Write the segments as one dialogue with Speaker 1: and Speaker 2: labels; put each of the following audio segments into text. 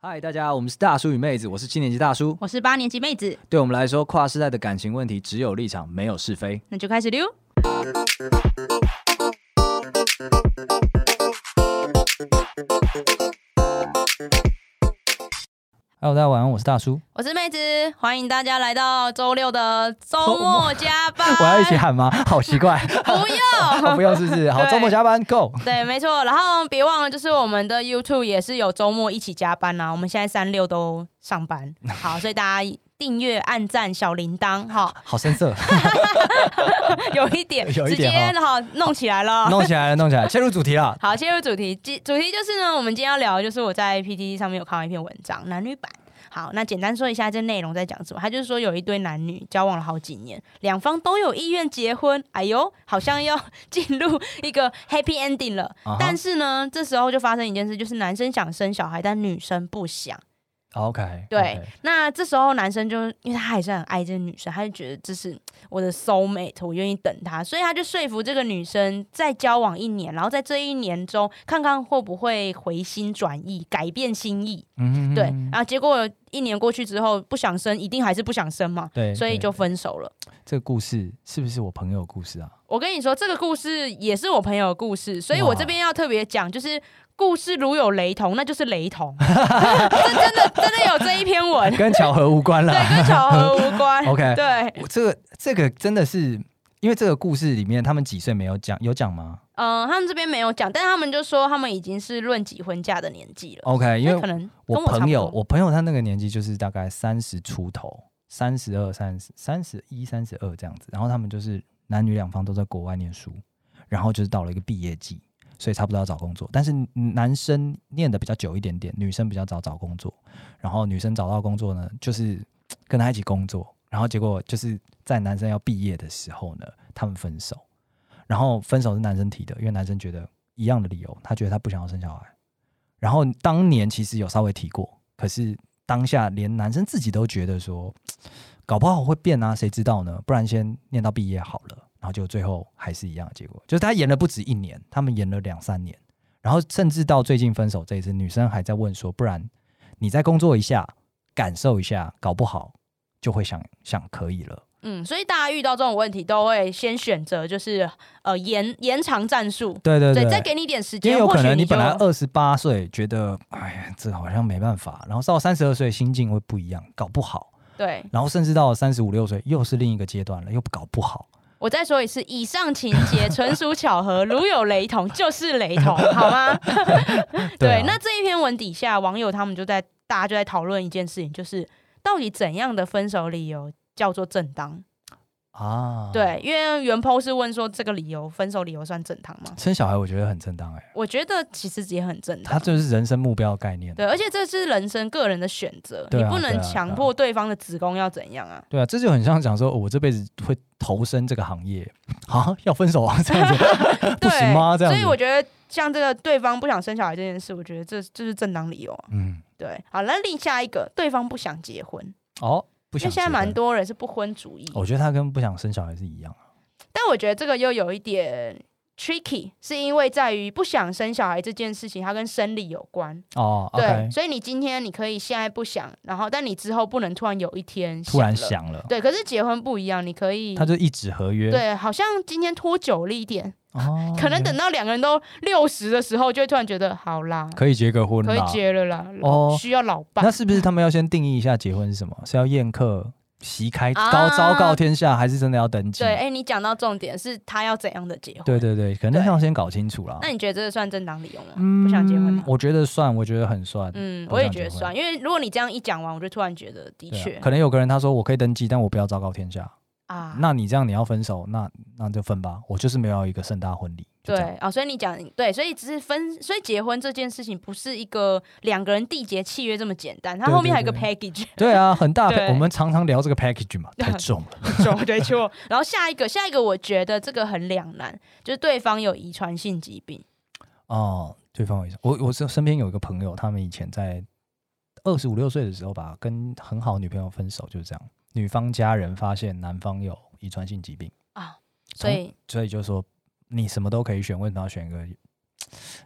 Speaker 1: 嗨，大家，我们是大叔与妹子，我是七年级大叔。
Speaker 2: 我是八年级妹子，
Speaker 1: 对我们来说，跨世代的感情问题只有立场，没有是非。
Speaker 2: 那就开始溜。
Speaker 1: Hello，大家晚安，我是大叔。
Speaker 2: 我是妹子，欢迎大家来到周六的周末加 班。
Speaker 1: 我要一起喊吗？ 好奇 怪，
Speaker 2: 不
Speaker 1: 哦、
Speaker 2: 要。
Speaker 1: 不用是不是？好，
Speaker 2: 对
Speaker 1: 周末加班，Go。
Speaker 2: 对，没错。然后别忘了，就是我们的 YouTube 也是有周末一起加班啊。我们现在三六都上 班，好，所以大家订阅、按赞、小铃铛，哈，
Speaker 1: 好深 色，
Speaker 2: 有一点，
Speaker 1: 有一点
Speaker 2: 直接哈弄起来 了。
Speaker 1: 弄起来了，弄起来了，切入主题了。
Speaker 2: 好，切入主题，今主题就是呢，我们今天要聊，的就是我在 PTT 上面有看到一篇文章，男女版。好，那简单说一下这内容在讲什么。他就是说有一对男女交往了好几年，两方都有意愿结婚，哎呦，好像要 进入一个 happy ending 了。
Speaker 1: 啊哈
Speaker 2: 但是呢，这时候就发生一件事，就是男生想生小孩，但女生不想。
Speaker 1: OK，
Speaker 2: 对那这时候男生就因为他还是很爱这个女生，他就觉得这是我的 soul mate，我愿意等他，所以他就说服这个女生再交往一年，然后在这一年中看看会不会回心转意，改变心意。
Speaker 1: 嗯
Speaker 2: 对，然后结果一年过去之后不想生，一定还是不想生嘛，
Speaker 1: 对，
Speaker 2: 所以
Speaker 1: 对
Speaker 2: 就分手了。
Speaker 1: 这个故事是不是我朋友的故事啊？
Speaker 2: 我跟你说，这个故事也是我朋友的故事，所以我
Speaker 1: 哇
Speaker 2: 这边要特别讲，就是故事如有雷同，那就是雷同。 这真的真的有这一 篇文，
Speaker 1: 跟巧合无关啦。
Speaker 2: 对，跟巧合无关。
Speaker 1: OK
Speaker 2: 对，
Speaker 1: 我这个这个真的是，因为这个故事里面他们几岁没有讲，有讲吗
Speaker 2: 嗯，他们这边没有讲，但他们就说他们已经是论及婚嫁的年纪了，
Speaker 1: ？OK，因为
Speaker 2: 所以可能
Speaker 1: 我
Speaker 2: 跟差不
Speaker 1: 朋友，
Speaker 2: 多
Speaker 1: 我朋友他那个年纪就是大概三十出头，三十二、三十、三十一、三十二这样子。然后他们就是男女两方都在国外念书，然后就是到了一个毕业季，所以差不多要找工作。但是男生念的比较久一点点，女生比较早找工作。然后女生找到工作呢，就是嘖跟他一起工作。然后结果就是在男生要毕业的时候呢，他们分手。然后分手是男生提的，因为男生觉得一样的理由，他觉得他不想要生小孩。然后当年其实有稍微提过，可是当下连男生自己都觉得说，搞不好会变啊，谁知道呢？不然先念到毕业好了。然后就最后还是一样的结果，就是他延了不止一年，他们延了两三年，然后甚至到最近分手这一次，女生还在问说，不然你再工作一下，感受一下，搞不好就会想想可以了。
Speaker 2: 嗯，所以大家遇到这种问题都会先选择就是呃延延长战术，
Speaker 1: 对对
Speaker 2: 再给你一点时
Speaker 1: 因
Speaker 2: 间，
Speaker 1: 为有
Speaker 2: 或
Speaker 1: 可
Speaker 2: 许
Speaker 1: 能你
Speaker 2: 就
Speaker 1: 本来二十八岁，觉得哎呀，这好像没办法，然后到三十二岁心境会不一样，搞不好，
Speaker 2: 对
Speaker 1: 然后甚至到三十五六岁又是另一个阶段了，又搞不好。
Speaker 2: 我再说一次，以上情 节纯属巧合，如有雷同就是雷同，好吗？
Speaker 1: 啊
Speaker 2: 那这一篇文底下，网友他们就在大家就在讨论一件事情，就是到底怎样的分手理由叫做正当？
Speaker 1: 啊，，
Speaker 2: 对，因为原 po 是问说这个理由，分手理由算正当吗？
Speaker 1: 生小孩我觉得很正当哎、
Speaker 2: 我觉得其实也很正
Speaker 1: 他
Speaker 2: 当。
Speaker 1: 就是人生目标概念。
Speaker 2: 对，而且这是人生个人的选择，
Speaker 1: 对啊
Speaker 2: 你不能
Speaker 1: 对啊
Speaker 2: 强迫对方的子宫要怎 样啊。
Speaker 1: 对啊，这就很像讲说，哦我这辈子会投身这个行业， 啊，要分手啊，这 样 子不行吗？这样
Speaker 2: 所
Speaker 1: 子，
Speaker 2: 以我觉得像这个对方不想生小孩这件事，我觉得这这是正当理由啊。
Speaker 1: 嗯，
Speaker 2: 对，好，那另下一个，对方不想结婚，
Speaker 1: 哦，不
Speaker 2: 因
Speaker 1: 想
Speaker 2: 为现在
Speaker 1: 结
Speaker 2: 蛮
Speaker 1: 婚，哦
Speaker 2: 多人是不婚主义，
Speaker 1: 我觉得他跟不想生小孩是一样啊。
Speaker 2: 但我觉得这个又有一点 tricky，是因为在于不想生小孩这件事情，它跟生理有关。
Speaker 1: 哦
Speaker 2: 对
Speaker 1: ，OK，
Speaker 2: 所以你今天你可以现在不想，然后但你之后不能突然有一天
Speaker 1: 突然
Speaker 2: 了，
Speaker 1: 想了，
Speaker 2: 对，可是结婚不一样，你可以
Speaker 1: 他。就一纸合约，
Speaker 2: 对，好像今天拖久了一点，
Speaker 1: 哦，
Speaker 2: 可能等到两个人都六十的时候，就会突然觉得好啦，
Speaker 1: 可以结个婚
Speaker 2: 可以
Speaker 1: 啦。
Speaker 2: 结了啦，
Speaker 1: 哦
Speaker 2: 需要老伴
Speaker 1: 那。是不是他们要先定义一下结婚是什么？是要宴客、席开、
Speaker 2: 啊
Speaker 1: 高昭告天下，还是真的要登记？
Speaker 2: 对，哎、你讲到重点是他要怎样的结婚？
Speaker 1: 对啊对对可能
Speaker 2: 对
Speaker 1: 要先搞清楚啦。
Speaker 2: 那你觉得这个算正当理由吗？
Speaker 1: 嗯
Speaker 2: 不想结婚吗？啊
Speaker 1: 我觉得算，我觉得很算。
Speaker 2: 嗯，
Speaker 1: 不
Speaker 2: 我也
Speaker 1: 想
Speaker 2: 觉
Speaker 1: 结
Speaker 2: 得
Speaker 1: 婚
Speaker 2: 算，因为如果你这样一讲完，我就突然觉得的
Speaker 1: 对啊
Speaker 2: 确
Speaker 1: 可能有个人他说我可以登记，但我不要昭告天下。
Speaker 2: 啊，
Speaker 1: 那你这样你要分手，那那就分吧。我就是没有要一个盛大婚礼。就
Speaker 2: 对
Speaker 1: 这样，
Speaker 2: 啊、所以你讲对，所以只是分，所以结婚这件事情不是一个两个人缔结契约这么简单，它
Speaker 1: 对
Speaker 2: 后
Speaker 1: 对
Speaker 2: 面还有一个
Speaker 1: 对
Speaker 2: package
Speaker 1: 对啊，很大。
Speaker 2: 对
Speaker 1: 我们常常聊这个 package 嘛，
Speaker 2: 对
Speaker 1: 太重了。
Speaker 2: 种，对错。 然后下一个，下一个，我觉得这个很两难，就是对方有遗传性疾病，
Speaker 1: 哦，对方也是。我我身身边有一个朋友，他们以前在二十五六岁的时候吧，跟很好的女朋友分手，就是这样。女方家人发现男方有遗传性疾病
Speaker 2: 啊，所
Speaker 1: 从
Speaker 2: 以
Speaker 1: 所以就说你什么都可以选，为什么要选一个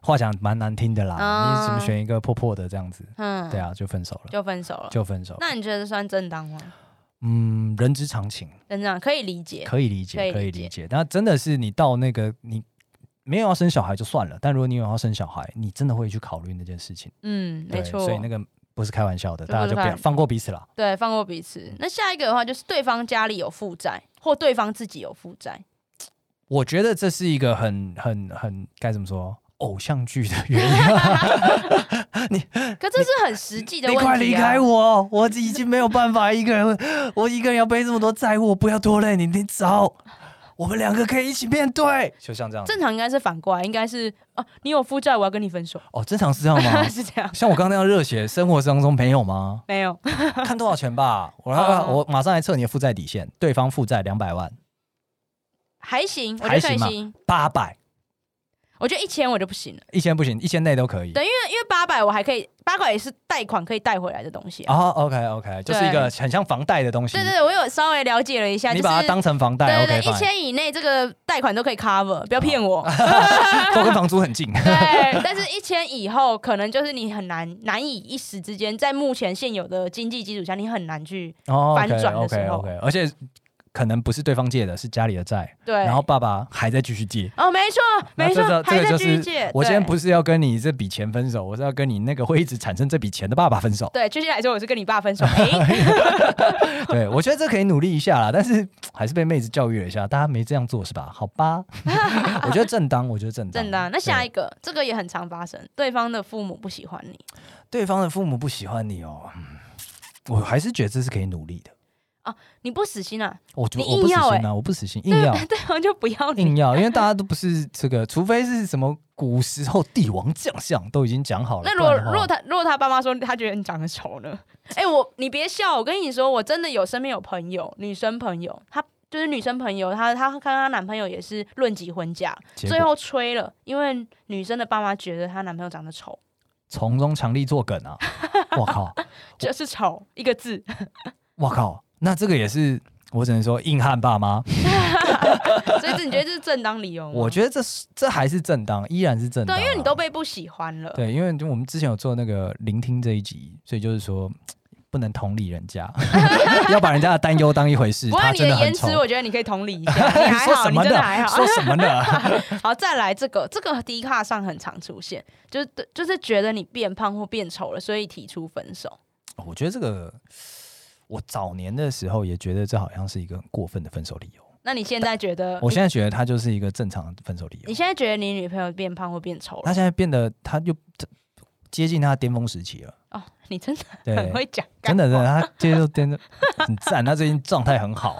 Speaker 1: 话讲蛮难听的啦，你怎么
Speaker 2: 啊
Speaker 1: 选一个破破的这样子？
Speaker 2: 嗯，
Speaker 1: 对，啊，就分手了，
Speaker 2: 就分手了。
Speaker 1: 就分手了。
Speaker 2: 那你觉得算正当吗？
Speaker 1: 嗯，人之常情，
Speaker 2: 正当可以理解，
Speaker 1: 可以理解，
Speaker 2: 可
Speaker 1: 可
Speaker 2: 以
Speaker 1: 以
Speaker 2: 理
Speaker 1: 理
Speaker 2: 解
Speaker 1: 解。但真的是你到那个你没有要生小孩就算了，但如果你有要生小孩，你真的会去考虑那件事情。
Speaker 2: 嗯，没
Speaker 1: 对
Speaker 2: 错。
Speaker 1: 所以那个不是开玩笑的，
Speaker 2: 这
Speaker 1: 大家
Speaker 2: 不是
Speaker 1: 就不要
Speaker 2: 开
Speaker 1: 放过彼此啦。
Speaker 2: 对，放过彼
Speaker 1: 嗯
Speaker 2: 此。那下一个的话，就是对方家里有负债，或对方自己有负 债。
Speaker 1: 我觉得这是一个很很很该怎么说偶像剧的原 因。
Speaker 2: 可这是很实际的
Speaker 1: 你
Speaker 2: 问题、啊。
Speaker 1: 快离开！我，我已经没有办法一个人，我一个人要背这么多债务，我不要拖累你，你走，我们两个可以一起面对。就像这样子
Speaker 2: 正常应该是反过来，应该是哦、你有负债，我要跟你分手，
Speaker 1: 哦，正常是这样吗？
Speaker 2: 是这样。
Speaker 1: 像我刚刚那样热血，生活当中没有吗？
Speaker 2: 没有，
Speaker 1: 看多少钱吧，我
Speaker 2: 哦
Speaker 1: 我马上来测你的负债底线，对方负债两百万，
Speaker 2: 还行，我
Speaker 1: 还
Speaker 2: 觉得
Speaker 1: 行
Speaker 2: 还
Speaker 1: 嘛
Speaker 2: 行。
Speaker 1: 八百，
Speaker 2: 我觉得一千我就不行了，
Speaker 1: 一千不行，一千内都可以。
Speaker 2: 对，因为因为八百我还可以，八百也是贷款可以贷回来的东西、啊。
Speaker 1: 哦，OK OK，就是一个很像房贷的东西
Speaker 2: 对，对对，我有稍微了解了一下，
Speaker 1: 你
Speaker 2: 就
Speaker 1: 把它
Speaker 2: 是
Speaker 1: 当成房贷
Speaker 2: 对对
Speaker 1: ，OK 哦
Speaker 2: 对，一
Speaker 1: fine，
Speaker 2: 千以内这个贷款都可以 cover，不要 骗我。
Speaker 1: 都跟房租很 近。
Speaker 2: 对，但是一千以后，可能就是你很难难以一时之间，在目前现有的经济基础下，你很难去
Speaker 1: 哦
Speaker 2: 反转的时
Speaker 1: o k o
Speaker 2: 候
Speaker 1: k 而且可能不是对方借的，是家里的债，
Speaker 2: 对。
Speaker 1: 然后爸爸还在继续借。
Speaker 2: 哦，没错，
Speaker 1: 那
Speaker 2: 没错
Speaker 1: 这个，这
Speaker 2: 还
Speaker 1: 个
Speaker 2: 在
Speaker 1: 就
Speaker 2: 继
Speaker 1: 是
Speaker 2: 续
Speaker 1: 我今天不
Speaker 2: 是
Speaker 1: 是要跟你这笔钱分手，我是要跟你那个会一直产生这笔钱的爸爸分 手。
Speaker 2: 对，确切来说，我是跟你爸分 手。诶，
Speaker 1: 对，我觉得这可以努力一下啦，但是还是被妹子教育了一下，大家没这样做是吧？好 吧，我觉得正当，我觉得正当，
Speaker 2: 真的啊。那下一
Speaker 1: 对
Speaker 2: 个，这个也很常发生，对方的父母不喜欢你。
Speaker 1: 对方的父母不喜欢你哦，嗯我还是觉得这是可以努力的。
Speaker 2: 你不死心啊？
Speaker 1: 我
Speaker 2: 你
Speaker 1: 我不
Speaker 2: 硬
Speaker 1: 死
Speaker 2: 要
Speaker 1: 心
Speaker 2: 欸
Speaker 1: 啊，我不死 心，硬
Speaker 2: 对
Speaker 1: 要
Speaker 2: 对方就不要你。
Speaker 1: 硬要，因为大家都不是这个，除非是什么古时候帝王将相都已经讲好了。
Speaker 2: 那如
Speaker 1: 不然
Speaker 2: 果
Speaker 1: 的话
Speaker 2: 如果他如果他爸妈说他觉得你长得丑呢？ 哎、我你别笑，我跟你说，我真的有身边有朋友，女生朋友，她就是女生朋友，她她跟她男朋友也是论及婚嫁，
Speaker 1: 结
Speaker 2: 最
Speaker 1: 果
Speaker 2: 后吹了，因为女生的爸妈觉得她男朋友长得丑，
Speaker 1: 从中强力作梗啊，我靠，
Speaker 2: 就是丑一个字，
Speaker 1: 我靠，那这个也是。我只能说硬汉爸妈，
Speaker 2: 嗯所以这你觉得这是正当理由吗？
Speaker 1: 我觉得这是这还是正当，依然是正当啊、啊
Speaker 2: 对，因为你都被不喜欢了，
Speaker 1: 对，因为就我们之前有做那个聆听这一集，所以就是说不能同理人 家，要把人家的担忧当一回事。
Speaker 2: 不过
Speaker 1: 他
Speaker 2: 你
Speaker 1: 真
Speaker 2: 的
Speaker 1: 很
Speaker 2: 颜
Speaker 1: 丑
Speaker 2: 值，，我觉得你可以同 理一下，你还
Speaker 1: 说
Speaker 2: 好，
Speaker 1: 什
Speaker 2: 你
Speaker 1: 么
Speaker 2: 真
Speaker 1: 呢
Speaker 2: 的还？好
Speaker 1: 说。什么呢？
Speaker 2: 好，再来这个，这个低卡上很常出现，就是就是觉得你变胖或变丑了，所以提出分手。
Speaker 1: 我觉得这个，我早年的时候也觉得这好像是一个很过分的分手理由。
Speaker 2: 那你现在觉得？
Speaker 1: 我现在觉得他就是一个正常的分手理
Speaker 2: 呃你
Speaker 1: 由。
Speaker 2: 现在觉得你女朋友变胖或变丑
Speaker 1: 他
Speaker 2: 了？
Speaker 1: 现在变得，他就他接近他的巅峰时期了。
Speaker 2: 哦，你真的
Speaker 1: 对，
Speaker 2: 很会讲，
Speaker 1: 真的真的，他接受巅，很赞。他最近状态很好，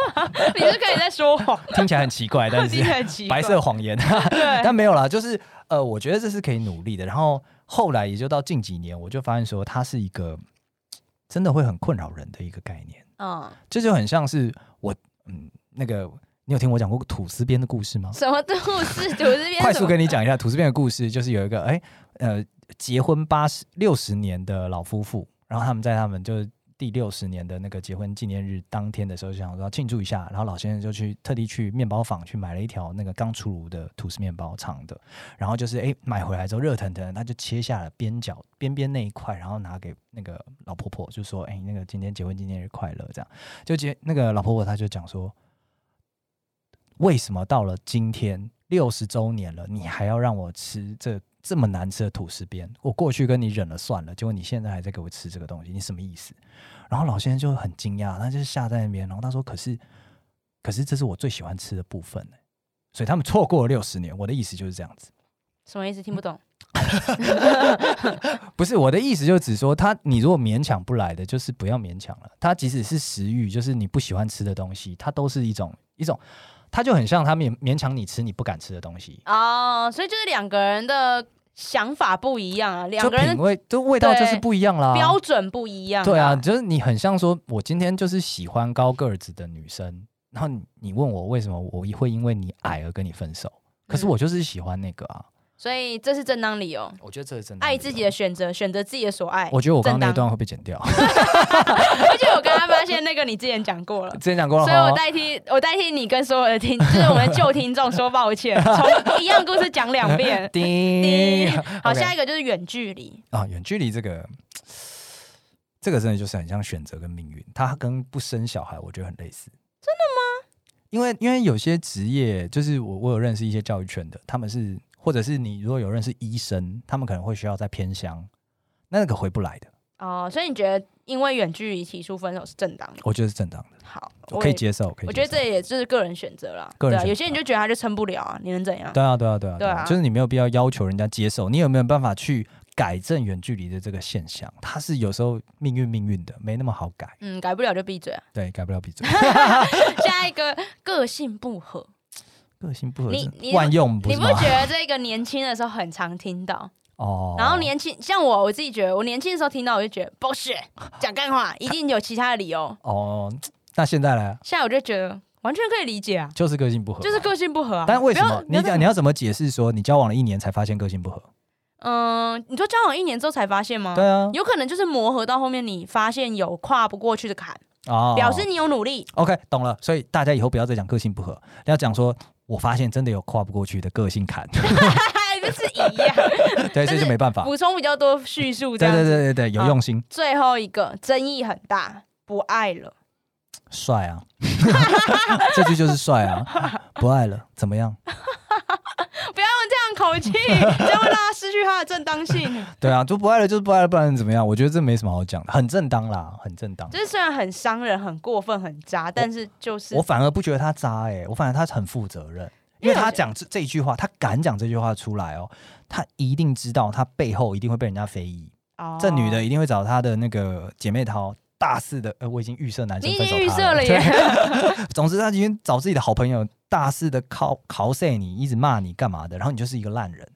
Speaker 2: 你是可以在说谎，
Speaker 1: 听起来很奇 怪，但
Speaker 2: 听
Speaker 1: 是
Speaker 2: 起来很奇怪
Speaker 1: 白色谎言。
Speaker 2: 对，
Speaker 1: 但没有啦，就是呃，我觉得这是可以努力的。然后后来也就到近几年，我就发现说，它是一个真的会很困扰人的一个概念。
Speaker 2: 嗯，
Speaker 1: 这就很像是我嗯，那个你有听我讲过吐司边的故事吗？
Speaker 2: 什么故事？吐司边
Speaker 1: 快
Speaker 2: 什
Speaker 1: 速
Speaker 2: 么？
Speaker 1: 跟你讲一下吐司边的故事，就是有一个哎呃，结婚八十六十年的老夫妇，然后他们在他们就是。第六十年的那个结婚纪念日当天的时候，就想说要庆祝一下，然后老先生就去特地去面包坊去买了一条那个刚出炉的吐司面包厂的，然后就是哎买回来之后热腾腾的，他就切下了边角边边那一块，然后拿给那个老婆婆，就说哎那个今天结婚纪念日快乐这样，就结那个老婆婆她就讲说，为什么到了今天六十周年了，你还要让我吃这这么难吃的吐司边？我过去跟你忍了算了，结果你现在还在给我吃这个东西，你什么意思？然后老先生就很惊讶，他就吓在那边，然后他说：“可是，可是这是我最喜欢吃的部分、欸、所以他们错过了六十年。我的意思就是这样子，
Speaker 2: 什么意思？听不懂。
Speaker 1: 不是我的意思，就只说他，你如果勉强不来的，就是不要勉强了。他即使是食欲，就是你不喜欢吃的东西，它都是一种一种，它就很像他勉勉强你吃你不敢吃的东西。
Speaker 2: 哦，所以就是两个人的想法不一样啊，两
Speaker 1: 就
Speaker 2: 个人
Speaker 1: 品
Speaker 2: 的
Speaker 1: 味就味道就是
Speaker 2: 对
Speaker 1: 不一样啦。
Speaker 2: 标准不一样。
Speaker 1: 对啊，，就是你很像说，我今天就是喜欢高个子的女生，然后你你问我为什么我会因为你矮而跟你分手，可是
Speaker 2: 嗯
Speaker 1: 我就是喜欢那个啊。
Speaker 2: 所以这是正当理由。
Speaker 1: 我觉得这是真
Speaker 2: 爱自己的。选择，选择自己的所爱。
Speaker 1: 我觉得我刚刚那
Speaker 2: 正当
Speaker 1: 段会被剪掉，
Speaker 2: 而且我刚刚发现，现那个你之前讲过 了
Speaker 1: 之。前讲过了，
Speaker 2: 所以我
Speaker 1: 好
Speaker 2: 代替我代替你跟所有的听，就是我们的旧听众说
Speaker 1: 。
Speaker 2: 抱歉，从一样故事讲两遍
Speaker 1: 叮
Speaker 2: 叮好，
Speaker 1: OK
Speaker 2: 下一个就是远距离，
Speaker 1: 啊，远距离这个，这个真的就是很像选择跟命运，它跟不生小孩我觉得很类似。真的吗？因为因为有些职业，就是我我有认识一些教育圈的，他们是或者是你如果有认识医生，他们可能会需要在偏乡，那个回不来的，
Speaker 2: 哦，所以你觉得因为远距离提出分手是正当的？
Speaker 1: 我觉得是正当的，
Speaker 2: 好，
Speaker 1: 我可以
Speaker 2: 也
Speaker 1: 接受，我可以接受。
Speaker 2: 我觉得这也就是个人选择啦。
Speaker 1: 个人
Speaker 2: 对啊，
Speaker 1: 选择
Speaker 2: 有些人就觉得他就撑不了啊，你能怎样？
Speaker 1: 对啊，对啊，对啊，
Speaker 2: 对啊
Speaker 1: 就是你没有必要要求人家接受，你有没有办法去改正远距离的这个现象？它是有时候命运命运的，没那么好改，
Speaker 2: 嗯，改不了就闭嘴 啊。
Speaker 1: 对，改不了闭嘴。
Speaker 2: 下一个个性不合，
Speaker 1: 个性不合
Speaker 2: 你
Speaker 1: 是
Speaker 2: 你
Speaker 1: 万用不
Speaker 2: 你
Speaker 1: 是
Speaker 2: 不
Speaker 1: 吗？
Speaker 2: 觉得这个年轻的时候很常听到？
Speaker 1: 哦，
Speaker 2: 然后年轻像我，我自己觉得我年轻的时候听到我就觉得 bullshit，讲干话，一定有其他的理由。
Speaker 1: 哦，那现在呢？
Speaker 2: 现在我就觉得完全可以理解啊，
Speaker 1: 就是个性不合，
Speaker 2: 就是。个性不合啊。
Speaker 1: 但为什
Speaker 2: 不要
Speaker 1: 么你
Speaker 2: 不要
Speaker 1: 讲你要怎么解释说你交往了一年才发现个性不合？
Speaker 2: 嗯、你说交往一年之后才发现吗？
Speaker 1: 对啊，
Speaker 2: 有可能就是磨合到后面，你发现有跨不过去的坎，
Speaker 1: 哦，
Speaker 2: 表示你有努 力。
Speaker 1: OK 懂了。所以大家以后不要再讲个性不合，要讲说我发现真的有跨不过去的个性 坎，
Speaker 2: 嗨，不是一样。
Speaker 1: 对，这
Speaker 2: 是
Speaker 1: 就没办法。
Speaker 2: 补充比较多叙述这
Speaker 1: 对
Speaker 2: 样
Speaker 1: 对
Speaker 2: 子。
Speaker 1: 对对对，有用心，
Speaker 2: 最后一个争议很大，不 爱了。
Speaker 1: 帅啊， 这句就是帅啊，不爱了怎么样？
Speaker 2: 不要用这样口气， 这样会让他失去他的正当性。
Speaker 1: 对啊，就不爱了就是不爱了，不然能怎么样？我觉得这没什么好讲的，很正当啦，很正当。
Speaker 2: 就是虽然很伤人、很过分、很渣，但是就是
Speaker 1: 我反而不觉得他渣哎、我反而他很负责任，
Speaker 2: 因为
Speaker 1: 因为他
Speaker 2: 我觉
Speaker 1: 讲这这一句话，他敢讲这句话出来哦，他一定知道他背后一定会被人家非议，
Speaker 2: 哦
Speaker 1: 这女的，一定会找她的那个姐妹淘。大肆的，呃，我已经预设男生
Speaker 2: 你已
Speaker 1: 分手
Speaker 2: 经预
Speaker 1: 他
Speaker 2: 设了耶。
Speaker 1: 对 总之，他今天找自己的好朋友，大肆的靠靠塞你，一直骂你干嘛的，然后你就是一个烂人，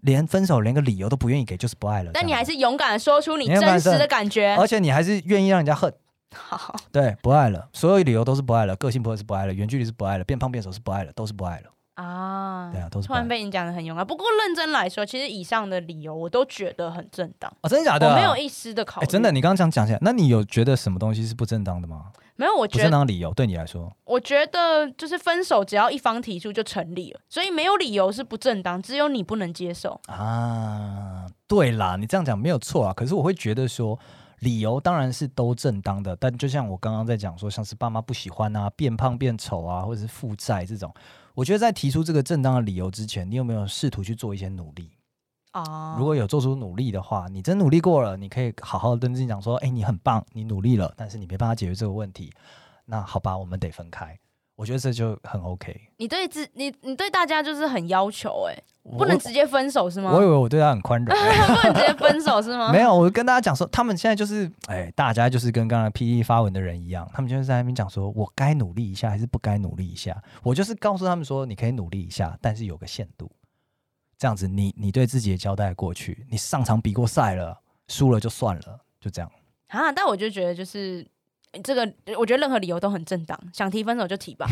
Speaker 1: 连分手连个理由都不愿意给，就是不爱了。
Speaker 2: 但你还
Speaker 1: 是，
Speaker 2: 是勇敢地说出你
Speaker 1: 你要不
Speaker 2: 真
Speaker 1: 然
Speaker 2: 实
Speaker 1: 是
Speaker 2: 的感觉。
Speaker 1: 而且你还是愿意让人家恨，
Speaker 2: 好，
Speaker 1: 对，不爱了，所有理由都是不爱了，个性不合是不爱了，远距离是不爱了，变胖变瘦是不爱了，都是不爱了。
Speaker 2: 啊
Speaker 1: 对啊都是
Speaker 2: 突然
Speaker 1: 白
Speaker 2: 被你讲的很勇敢。不过认真来说，其实以上的理由我都觉得很正当，
Speaker 1: 哦，真的假的？
Speaker 2: 我没有一丝的考
Speaker 1: 哎、
Speaker 2: 虑。
Speaker 1: 真的，你刚刚讲讲起来，那你有觉得什么东西是不正当的吗？
Speaker 2: 没有，我
Speaker 1: 不
Speaker 2: 觉
Speaker 1: 正
Speaker 2: 得
Speaker 1: 当理由对你来说，
Speaker 2: 我觉得就是分手，只要一方提出就成立了，所以没有理由是不正当，只有你不能接受。
Speaker 1: 啊，对啦，你这样讲没有错啊。可是我会觉得说，理由当然是都正当的，但就像我刚刚在讲说，像是爸妈不喜欢啊、变胖变丑啊，或者是负债这种，我觉得在提出这个正当的理由之前，你有没有试图去做一些努力？
Speaker 2: 哦，
Speaker 1: 如果有做出努力的话，你真努力过了，你可以好好地跟自己讲说，哎、你很棒，你努力了，但是你没办法解决这个问题，那好吧，我们得分开。我觉得这就很 OK。
Speaker 2: 你对自你你对大家就是很要求、欸，
Speaker 1: 我
Speaker 2: 不能直接分手是吗？
Speaker 1: 我以为我对他很宽容、欸
Speaker 2: 不能直接分手是 吗？
Speaker 1: 没有，我跟大家讲说，他们现在就是，哎，大家就是跟刚才 P E 发文的人一样，他们就是在那边讲说，我该努力一下还是不该努力一下。我就是告诉他们说，你可以努力一下，但是有个限度。这样子你，你对自己也交代过去，你上场比过赛了，输了就算了，就这样。
Speaker 2: 啊，但我就觉得就是这个，我觉得任何理由都很正当，想提分手就提 吧。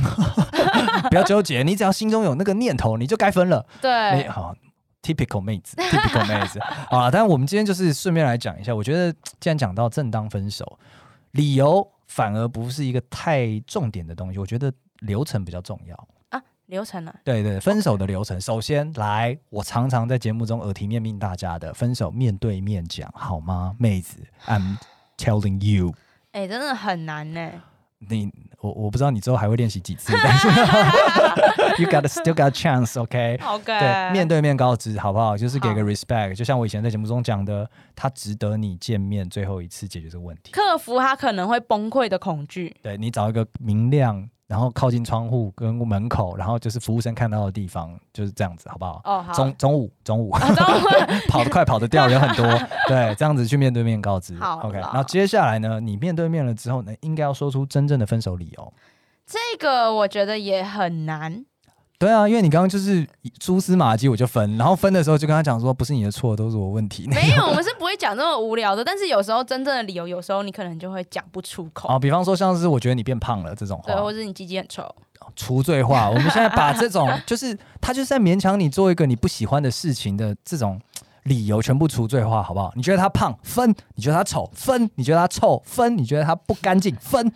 Speaker 1: 不要纠结，你只要心中有那个念头，你就该分了。你
Speaker 2: 对，
Speaker 1: 好，typical 妹子，typical 妹子啊。但我们今天就是顺便来讲一下，我觉得既然讲到正当分手，理由反而不是一个太重点的东西，我觉得流程比较重要。
Speaker 2: 流程啊，
Speaker 1: 对对，分手的流程，首先来，我常常在节目中耳提面命大家的，分手面对面讲好吗，妹子？I'm telling you，
Speaker 2: 哎、真的很难欸呢、
Speaker 1: 你我我不知道你之后还会练习几次，但是 you got still got a chance，OK、
Speaker 2: OK，
Speaker 1: 对，面对面告知好不好？就是给个
Speaker 2: 呃好
Speaker 1: respect，就像我以前在节目中讲的，他值得你见面最后一次解决这个问题。
Speaker 2: 克服他可能会崩溃的恐惧。
Speaker 1: 对你找一个明亮，然后靠近窗户跟门口，然后就是服务生看到的地方，就是这样子，好不好？
Speaker 2: 哦，好，
Speaker 1: 中中午，中 午
Speaker 2: 啊中
Speaker 1: 跑得快，跑得掉，人 很多，对，这样子去面对面告知。
Speaker 2: 好
Speaker 1: OK，
Speaker 2: 啦
Speaker 1: 然后接下来呢，你面对面了之后呢，应该要说出真正的分手理由。
Speaker 2: 这个我觉得也很难。
Speaker 1: 对啊，因为你刚刚就是蛛丝马迹，我就分，然后分的时候就跟他讲说，不是你的错，都是我问题。
Speaker 2: 没有，我们是不会讲这么无聊的，但是有时候真正的理由，有时候你可能就会讲不出口。
Speaker 1: 哦，比哦方说像是我觉得你变胖了这种
Speaker 2: 对，
Speaker 1: 话
Speaker 2: 或，者你鸡鸡很臭，
Speaker 1: 除罪化。我们现在把这种就是他就是在勉强你做一个你不喜欢的事情的这种理由全部除罪化，好不好？你觉得他胖分，你觉得他丑分，你觉得他臭分，你觉得他不干净分。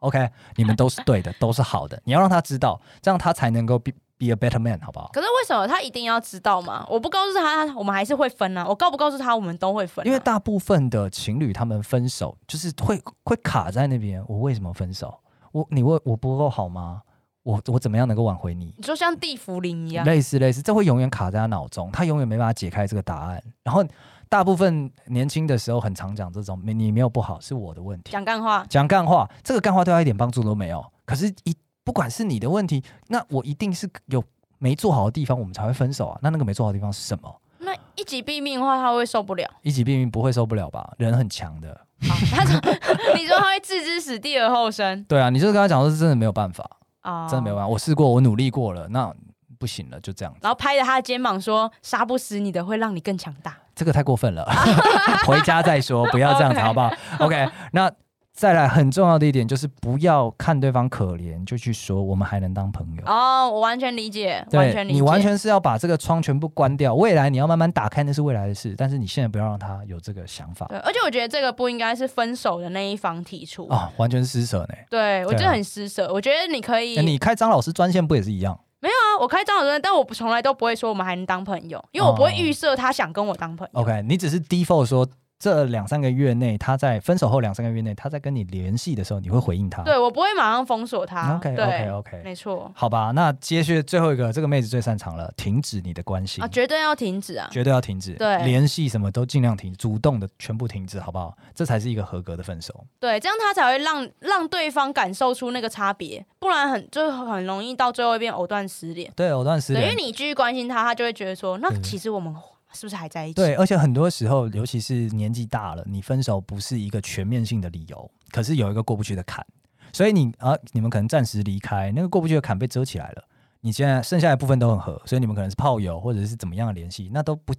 Speaker 1: OK，你们都是对的，都是好的。你要让他知道，这样他才能够 be be a better man，好不好？
Speaker 2: 可是为什么他一定要知道嘛？我不告诉他，我们还是会分啊。我告不告诉他，我们都会分啊、
Speaker 1: 因为大部分的情侣他们分手就是会会卡在那边，我为什么分手？我你为我不够好吗？我我怎么样能够挽回你？
Speaker 2: 你就像地茯苓一样，
Speaker 1: 类似类似，这会永远卡在他脑中，他永远没办法解开这个答案。然后大部分年轻的时候很常讲这种，没你没有不好，是我的问题，
Speaker 2: 讲干话。
Speaker 1: 讲干话，这个干话对他一点帮助都没有。可是一，不管是你的问题，那我一定是有没做好的地方，我们才会分手啊。那那个没做好的地方是什么？
Speaker 2: 那一击毙命的话，他会受不了。
Speaker 1: 一起避孕不会受不了吧？人很强的，
Speaker 2: 好他说， 你说他会置之死地而后生
Speaker 1: 对啊，你就是跟他讲说，是真的没有办法，
Speaker 2: 啊，
Speaker 1: 真的没有办法。我试过，我努力过了，那不行了，就这样子。
Speaker 2: 然后拍着他的肩膀说：“杀不死你的，会让你更强大。
Speaker 1: 这个太过分了， 回家再说，不要这样子
Speaker 2: OK
Speaker 1: 好不好？OK，那再来很重要的一点就是不要看对方可怜就去说我们还能当朋友”。
Speaker 2: 哦，我完全理解，完
Speaker 1: 对
Speaker 2: 全理解，
Speaker 1: 你完全是要把这个窗全部关掉，未来你要慢慢打开，那是未来的事，但是你现在不要让他有这个想法
Speaker 2: 对。而且我觉得这个不应该是分手的那一方提出，
Speaker 1: 啊、完全是施舍呢。
Speaker 2: 对我
Speaker 1: 对啊
Speaker 2: 觉得很施舍。我觉得你可以，
Speaker 1: 那你开张老师专线不也是一样？
Speaker 2: 啊，我开张老师，但我从来都不会说我们还能当朋友，因为我不会
Speaker 1: 哦
Speaker 2: 预设他想跟我当朋友。
Speaker 1: OK，你只是 default 说这两三个月内，他在分手后两三个月内，他在跟你联系的时候，你会回应他。
Speaker 2: 对我不会马上封锁他。
Speaker 1: ，OK
Speaker 2: 对
Speaker 1: OK OK，
Speaker 2: 没错
Speaker 1: 好吧，那接续最后一个，这个妹子最擅长了，停止你的关心。
Speaker 2: 啊，绝对要停止啊！
Speaker 1: 绝对要停止，
Speaker 2: 对
Speaker 1: 联系什么都尽量停，主动的全部停止，好不好？这才是一个合格的分手。
Speaker 2: 对，这样他才会让让对方感受出那个差别，不然很就很容易到最后一边藕断丝连。
Speaker 1: 对，藕断丝
Speaker 2: 对，因为
Speaker 1: 连。
Speaker 2: 你继续关心他，他就会觉得说，那
Speaker 1: 对
Speaker 2: 其实我们是不是还在一起？
Speaker 1: 对，而且很多时候，尤其是年纪大了，你分手不是一个全面性的理由，可是有一个过不去的坎，所以你啊，你们可能暂时离开，那个过不去的坎被遮起来了。你现在剩下的部分都很合，所以你们可能是炮友或者是怎么样的联系，那都不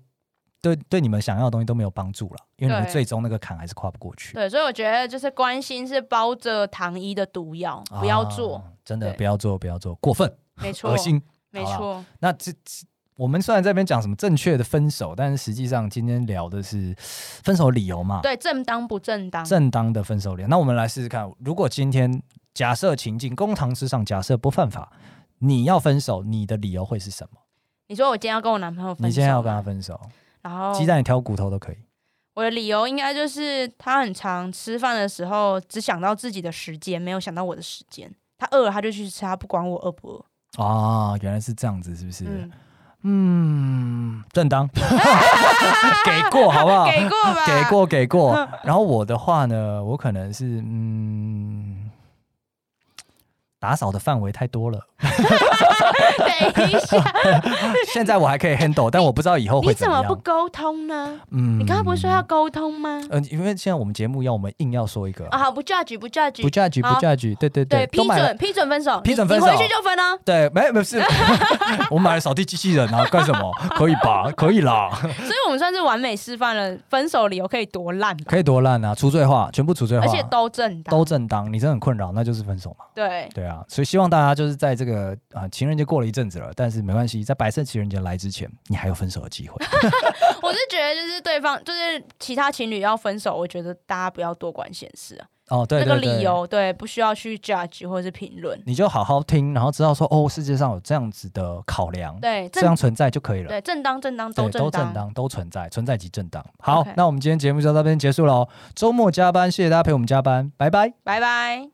Speaker 1: 对，对你们想要的东西都没有帮助了，因为你们
Speaker 2: 对
Speaker 1: 最终那个坎还是跨不过去。
Speaker 2: 对，所以我觉得就是关心是包着糖衣的毒药，不要做。
Speaker 1: 啊真的
Speaker 2: 对
Speaker 1: 不要做，不要做，过分，
Speaker 2: 没错
Speaker 1: 恶，心。
Speaker 2: 没
Speaker 1: 好
Speaker 2: 错，
Speaker 1: 那这这我们虽然在这边讲什么正确的分手，但是实际上今天聊的是分手理由嘛，
Speaker 2: 对，啊正当不正当，
Speaker 1: 正当的分手理由。那我们来试试看，如果今天假设情境公堂之上，假设不犯法，你要分手，你的理由会是什么？
Speaker 2: 你说我今天要跟我男朋友分手吗，啊哦
Speaker 1: 你今天要跟他分手，
Speaker 2: 然后
Speaker 1: 鸡蛋里挑骨头都可以。
Speaker 2: 我的理由应该就是他很常吃饭的时候只想到自己的时间，没有想到我的时间。他饿了他就去吃，他不管我饿不饿。
Speaker 1: 啊，原来是这样子，是不是？
Speaker 2: 嗯
Speaker 1: 嗯，，正当， 给过好不好？
Speaker 2: 嗯给过吧，
Speaker 1: 啊给。过给 过。然后我的话呢，我可能是嗯，打扫的范围太多 了。
Speaker 2: 等一下，
Speaker 1: 现在我还可以 handle，但我不知道以后
Speaker 2: 你
Speaker 1: 会
Speaker 2: 怎么
Speaker 1: 么
Speaker 2: 不
Speaker 1: 样。
Speaker 2: 沟通呢？
Speaker 1: 嗯
Speaker 2: 你刚刚不是说要？沟通吗？
Speaker 1: 嗯、因为现在我们节目要我们硬要说一个，
Speaker 2: 啊，好，不 judge，不 judge，
Speaker 1: 不 judge 不
Speaker 2: 好
Speaker 1: judge，对对
Speaker 2: 对，批
Speaker 1: 都买了
Speaker 2: 准，批准分手，
Speaker 1: 批准
Speaker 2: 你
Speaker 1: 分手
Speaker 2: 你回去就分啊。
Speaker 1: 对，没没 事，我买了扫地机器人啊，干什么？可以吧？可以啦，
Speaker 2: 所以我们算是完美示范了分手理由可以多烂吧，
Speaker 1: 可以多烂啊！除罪化，全部除罪化，
Speaker 2: 而且都正当，
Speaker 1: 都正当，你真的很困扰，那就是分手嘛。
Speaker 2: 对。
Speaker 1: 对啊，所以希望大家就是在这个啊、情人节过了一阵子了，但是没关系，在白色情人节来之前，你还有分手的机 会。
Speaker 2: 我是觉得就是对方就是其他情侣要分手，我觉得大家不要多管闲事啊，
Speaker 1: 哦，对对
Speaker 2: 那个
Speaker 1: 对，
Speaker 2: 理由对不需要去 judge 或者是评论，
Speaker 1: 你就好好听，然后知道说哦，世界上有这样子的考量，
Speaker 2: 对
Speaker 1: 这
Speaker 2: 正
Speaker 1: 样存在就可以了。
Speaker 2: 对正当正当
Speaker 1: 对，都
Speaker 2: 都正
Speaker 1: 正
Speaker 2: 当，
Speaker 1: 当，都存在，存在即正当。好
Speaker 2: OK
Speaker 1: 那我们今天节目就到这边结束喽。周末加班，谢谢大家陪我们加班，拜拜。
Speaker 2: 拜拜。